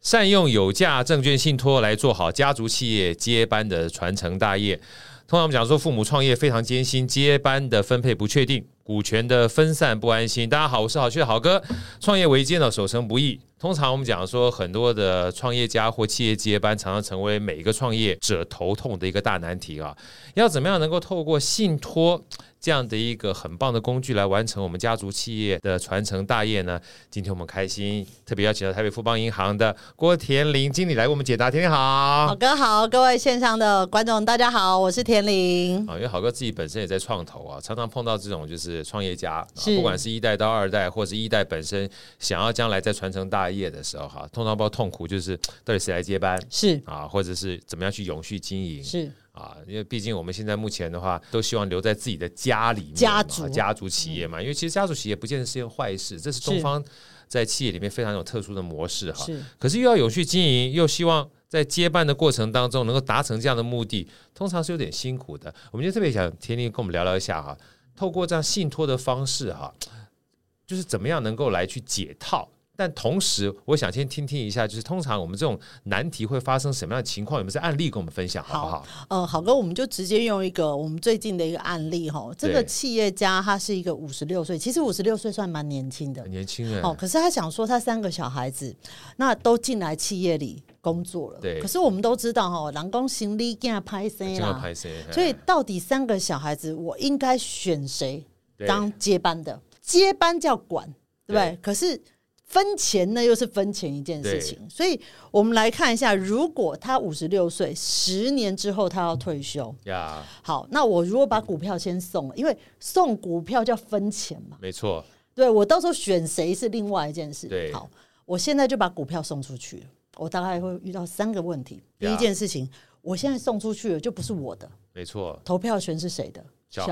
善用有价证券信托来做好家族企业接班的传承大业。通常我们讲说，父母创业非常艰辛，接班的分配不确定，股权的分散不安心。大家好，我是好趣的好哥。创业维艰呢，所成不易。通常我们讲说，很多的创业家或企业接班，常常成为每一个创业者头痛的一个大难题啊。要怎么样能够透过信托这样的一个很棒的工具来完成我们家族企业的传承大业呢？今天我们开心特别邀请到台北富邦银行的郭田林经理来为我们解答。田林好，好哥好，各位线上的观众大家好，我是田玲。啊，因为好哥自己本身也在创投啊，常常碰到这种就是创业家，啊是不管是一代到二代，或是一代本身想要将来再传承大业的时候，哈，通常包括痛苦就是到底谁来接班是啊，或者是怎么样去永续经营是啊，因为毕竟我们现在目前的话，都希望留在自己的家里面嘛，家族嗯家族企业嘛，因为其实家族企业不见得是件坏事，这是东是方在企业里面非常有特殊的模式哈。是，可是又要永续经营，又希望在接办的过程当中能够达成这样的目的，通常是有点辛苦的。我们就特别想田林跟我们聊聊一下哈，透过这样信托的方式哈，就是怎么样能够来去解套。但同时，我想先听听一下，就是通常我们这种难题会发生什么样的情况？有没有这案例跟我们分享，好不好？呃，好哥，我们就直接用一个我们最近的一个案例哈，这个对企业家他是一个五十六岁，其实五十六岁算蛮年轻的很，年轻人，哦，可是他想说他三个小孩子，那都进来企业里工作了，对可是我们都知道哈，人工行李给他拍生经常啦，拍谁？所以到底三个小孩子我应该选谁？对当接班的，接班叫管，对不对？对可是分钱呢，又是分钱一件事情。所以我们来看一下，如果他五十六岁，十年之后他要退休，呀，好，那我如果把股票先送了，因为送股票叫分钱嘛，没错，对我到时候选谁是另外一件事。对好，我现在就把股票送出去了，我大概会遇到三个问题。第一呀件事情，我现在送出去了，就不是我的，没错，投票权是谁的？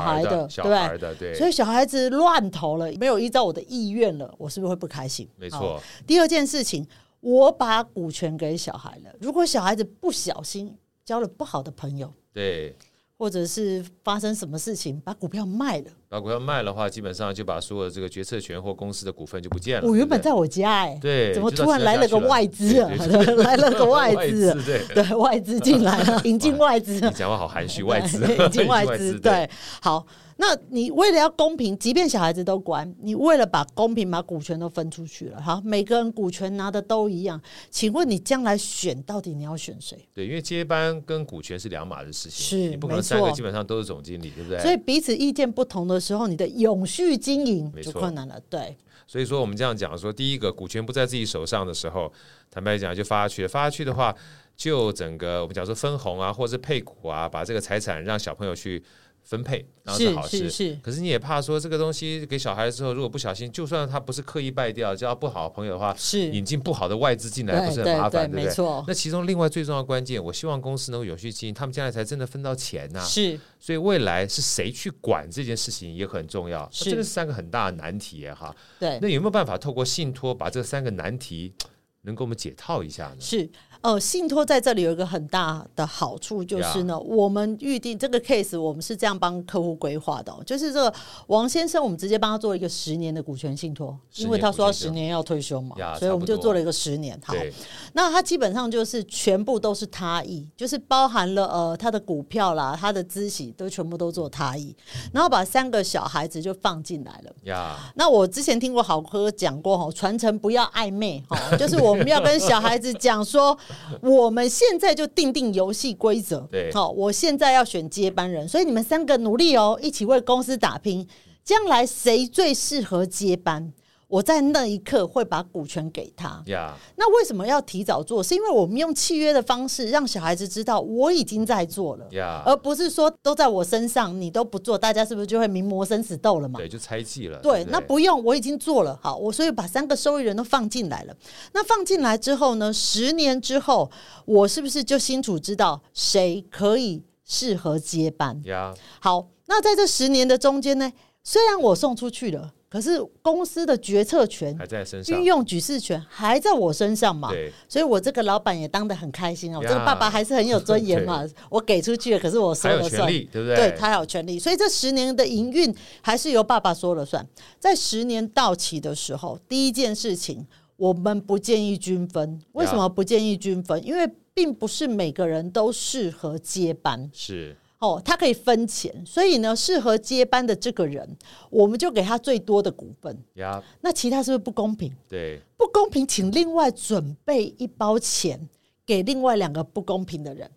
孩的，小对不对孩？的，对，所以小孩子乱投了，没有依照我的意愿了，我是不是会不开心？没好。错，第二件事情，我把股权给小孩了，如果小孩子不小心交了不好的朋友，对。或者是发生什么事情把股票卖了，把股票卖了的话，基本上就把所有的这个决策权或公司的股份就不见了。我原本对在我家哎、不对对，怎么就到突然其他来家了个去外资啊？ 对来了个外资啊，对，对外资进来 了，引进外资你讲话好含蓄，外资 对引进外 资，资，对，好，那你为了要公平，即便小孩子都管，你为了把公平把股权都分出去了，好，每个人股权拿的都一样，请问你将来选到底你要选谁？对，因为接班跟股权是两码的事情，是你不可能没三个错基本上都是总经理，对不对？所以彼此意见不同的时候，你的永续经营没就错困难了。对，所以说，我们这样讲说，第一个股权不在自己手上的时候，坦白讲就发下去了。发下去的话，就整个我们讲说分红啊，或者是配股啊，把这个财产让小朋友去分配，然后是好事。是是，可是你也怕说这个东西给小孩之后，如果不小心，就算他不是刻意败掉，叫他不好的朋友的话，是引进不好的外资进来，不对是很麻对对，烦，对没不对？错，那其中另外最重要的关键，我希望公司能够永续经营，他们将来才真的分到钱呐、是所以未来是谁去管这件事情也很重要。是那这个是三个很大的难题耶哈。对。那有没有办法透过信托把这三个难题嗯能给我们解套一下呢？是，呃，信托在这里有一个很大的好处，就是呢我们预定这个 case，我们是这样帮客户规划的哦、就是这个王先生，我们直接帮他做一个十年的股权信托， 10因为他说年股要权信十托年要退休嘛呀，所以我们差不多就做了一个十年。好，对，那他基本上就是全部都是他益，就是包含了呃他的股票啦、他的孳息都全部都做他益，然后把三个小孩子就放进来了。呀，那我之前听过好哥讲过哈，传承不要暧昧哈，就是我们要跟小孩子讲说， 我们现在就定定游戏规则，对好，我现在要选接班人，所以你们三个努力哦，一起为公司打拼，将来谁最适合接班？我在那一刻会把股权给他。呀，那为什么要提早做？是因为我们用契约的方式让小孩子知道我已经在做了呀而不是说都在我身上，你都不做，大家是不是就会名模生死斗了嘛？对，就猜忌了。对，对，那，不用，我已经做了。好，我所以把三个受益人都放进来了。那放进来之后呢？十年之后，我是不是就清楚知道谁可以适合接班？呀，好，那在这十年的中间呢，虽然我送出去了，可是公司的决策权、还在身上运。用举事权还在我身上嘛。对，所以我这个老板也当得很开心啊，我呀这个爸爸还是很有尊 严嘛。我给出去了，可是我说还有了权算。利，对不对他有权利，所以这十年的营运还是由爸爸说了算。在十年到期的时候，第一件事情，我们不建议均分。为什么不建议均分？因为并不是每个人都适合接班是哦，他可以分钱，所以呢，适合接班的这个人，我们就给他最多的股份。呀，那其他是不是不公平？对不公平，请另外准备一包钱给另外两个不公平的人，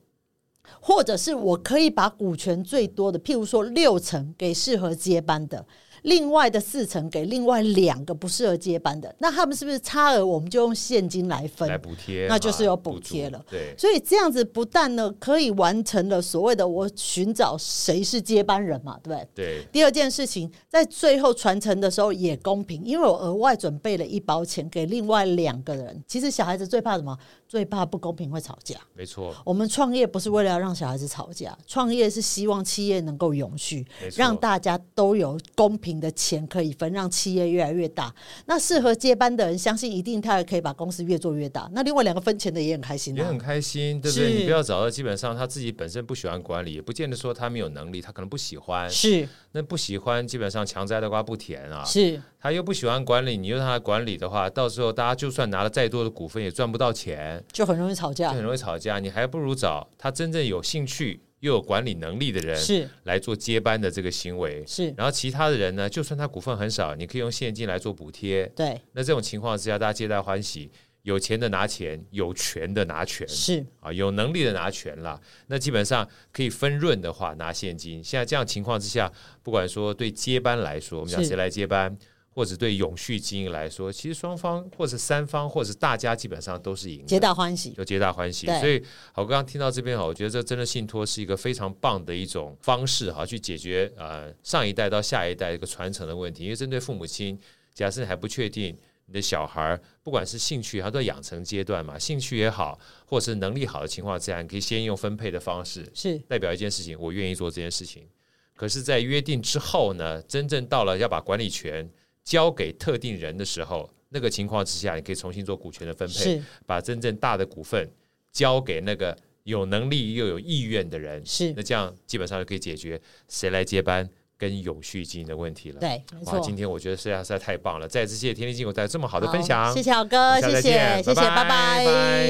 或者是我可以把股权最多的，譬如说六成给适合接班的，另外的四成给另外两个不适合接班的，那他们是不是差额我们就用现金来分来？补贴嘛，那就是有补足贴了对，所以这样子不但呢可以完成了所谓的我寻找谁是接班人嘛，对不对？对，第二件事情，在最后传承的时候也公平，因为我额外准备了一包钱给另外两个人。其实小孩子最怕什么？最怕不公平会吵架。没错，我们创业不是为了要让小孩子吵架，创业是希望企业能够永续没，错让大家都有公平的钱可以分，让企业越来越大。那适合接班的人，相信一定他也可以把公司越做越大。那另外两个分钱的也很开心、也啊很，开心，对不对？你是不要找到，基本上他自己本身不喜欢管理，也不见得说他没有能力，他可能不喜欢。是那不喜欢，基本上强摘的瓜不甜啊。是他又不喜欢管理，你又让他管理的话，到时候大家就算拿了再多的股份，也赚不到钱，就很容易吵就架很，容易吵架。你还不如找他真正有兴趣又有管理能力的人是来做接班的这个行为。是，然后其他的人呢，就算他股份很少，你可以用现金来做补贴。对那这种情况之下，大家皆大欢喜，有钱的拿钱，有权的拿权是啊，有能力的拿权啦。那基本上可以分润的话，拿现金。现在这样情况之下，不管说对接班来说，我们讲是谁来接班，或者对永续经营来说，其实双方或者三方或者大家基本上都是赢的，皆大欢喜。就皆大欢喜。对所以，好，我刚刚听到这边哈，我觉得这真的信托是一个非常棒的一种方式哈，去解决呃上一代到下一代一个传承的问题。因为针对父母亲，假设你还不确定你的小孩儿，不管是兴趣，他都在养成阶段嘛，兴趣也好，或者是能力好的情况之下，你可以先用分配的方式，是代表一件事情，我愿意做这件事情。可是，在约定之后呢，真正到了要把管理权交给特定人的时候，那个情况之下，你可以重新做股权的分配。是把真正大的股份交给那个有能力又有意愿的人，是那，这样基本上就可以解决谁来接班跟永续经营的问题了。，对，没哇，错。今天我觉得实在实在太棒了，再次谢谢天天金狗带来这么好好的分享，谢谢好哥，我们下谢次再谢，见谢谢，拜拜拜拜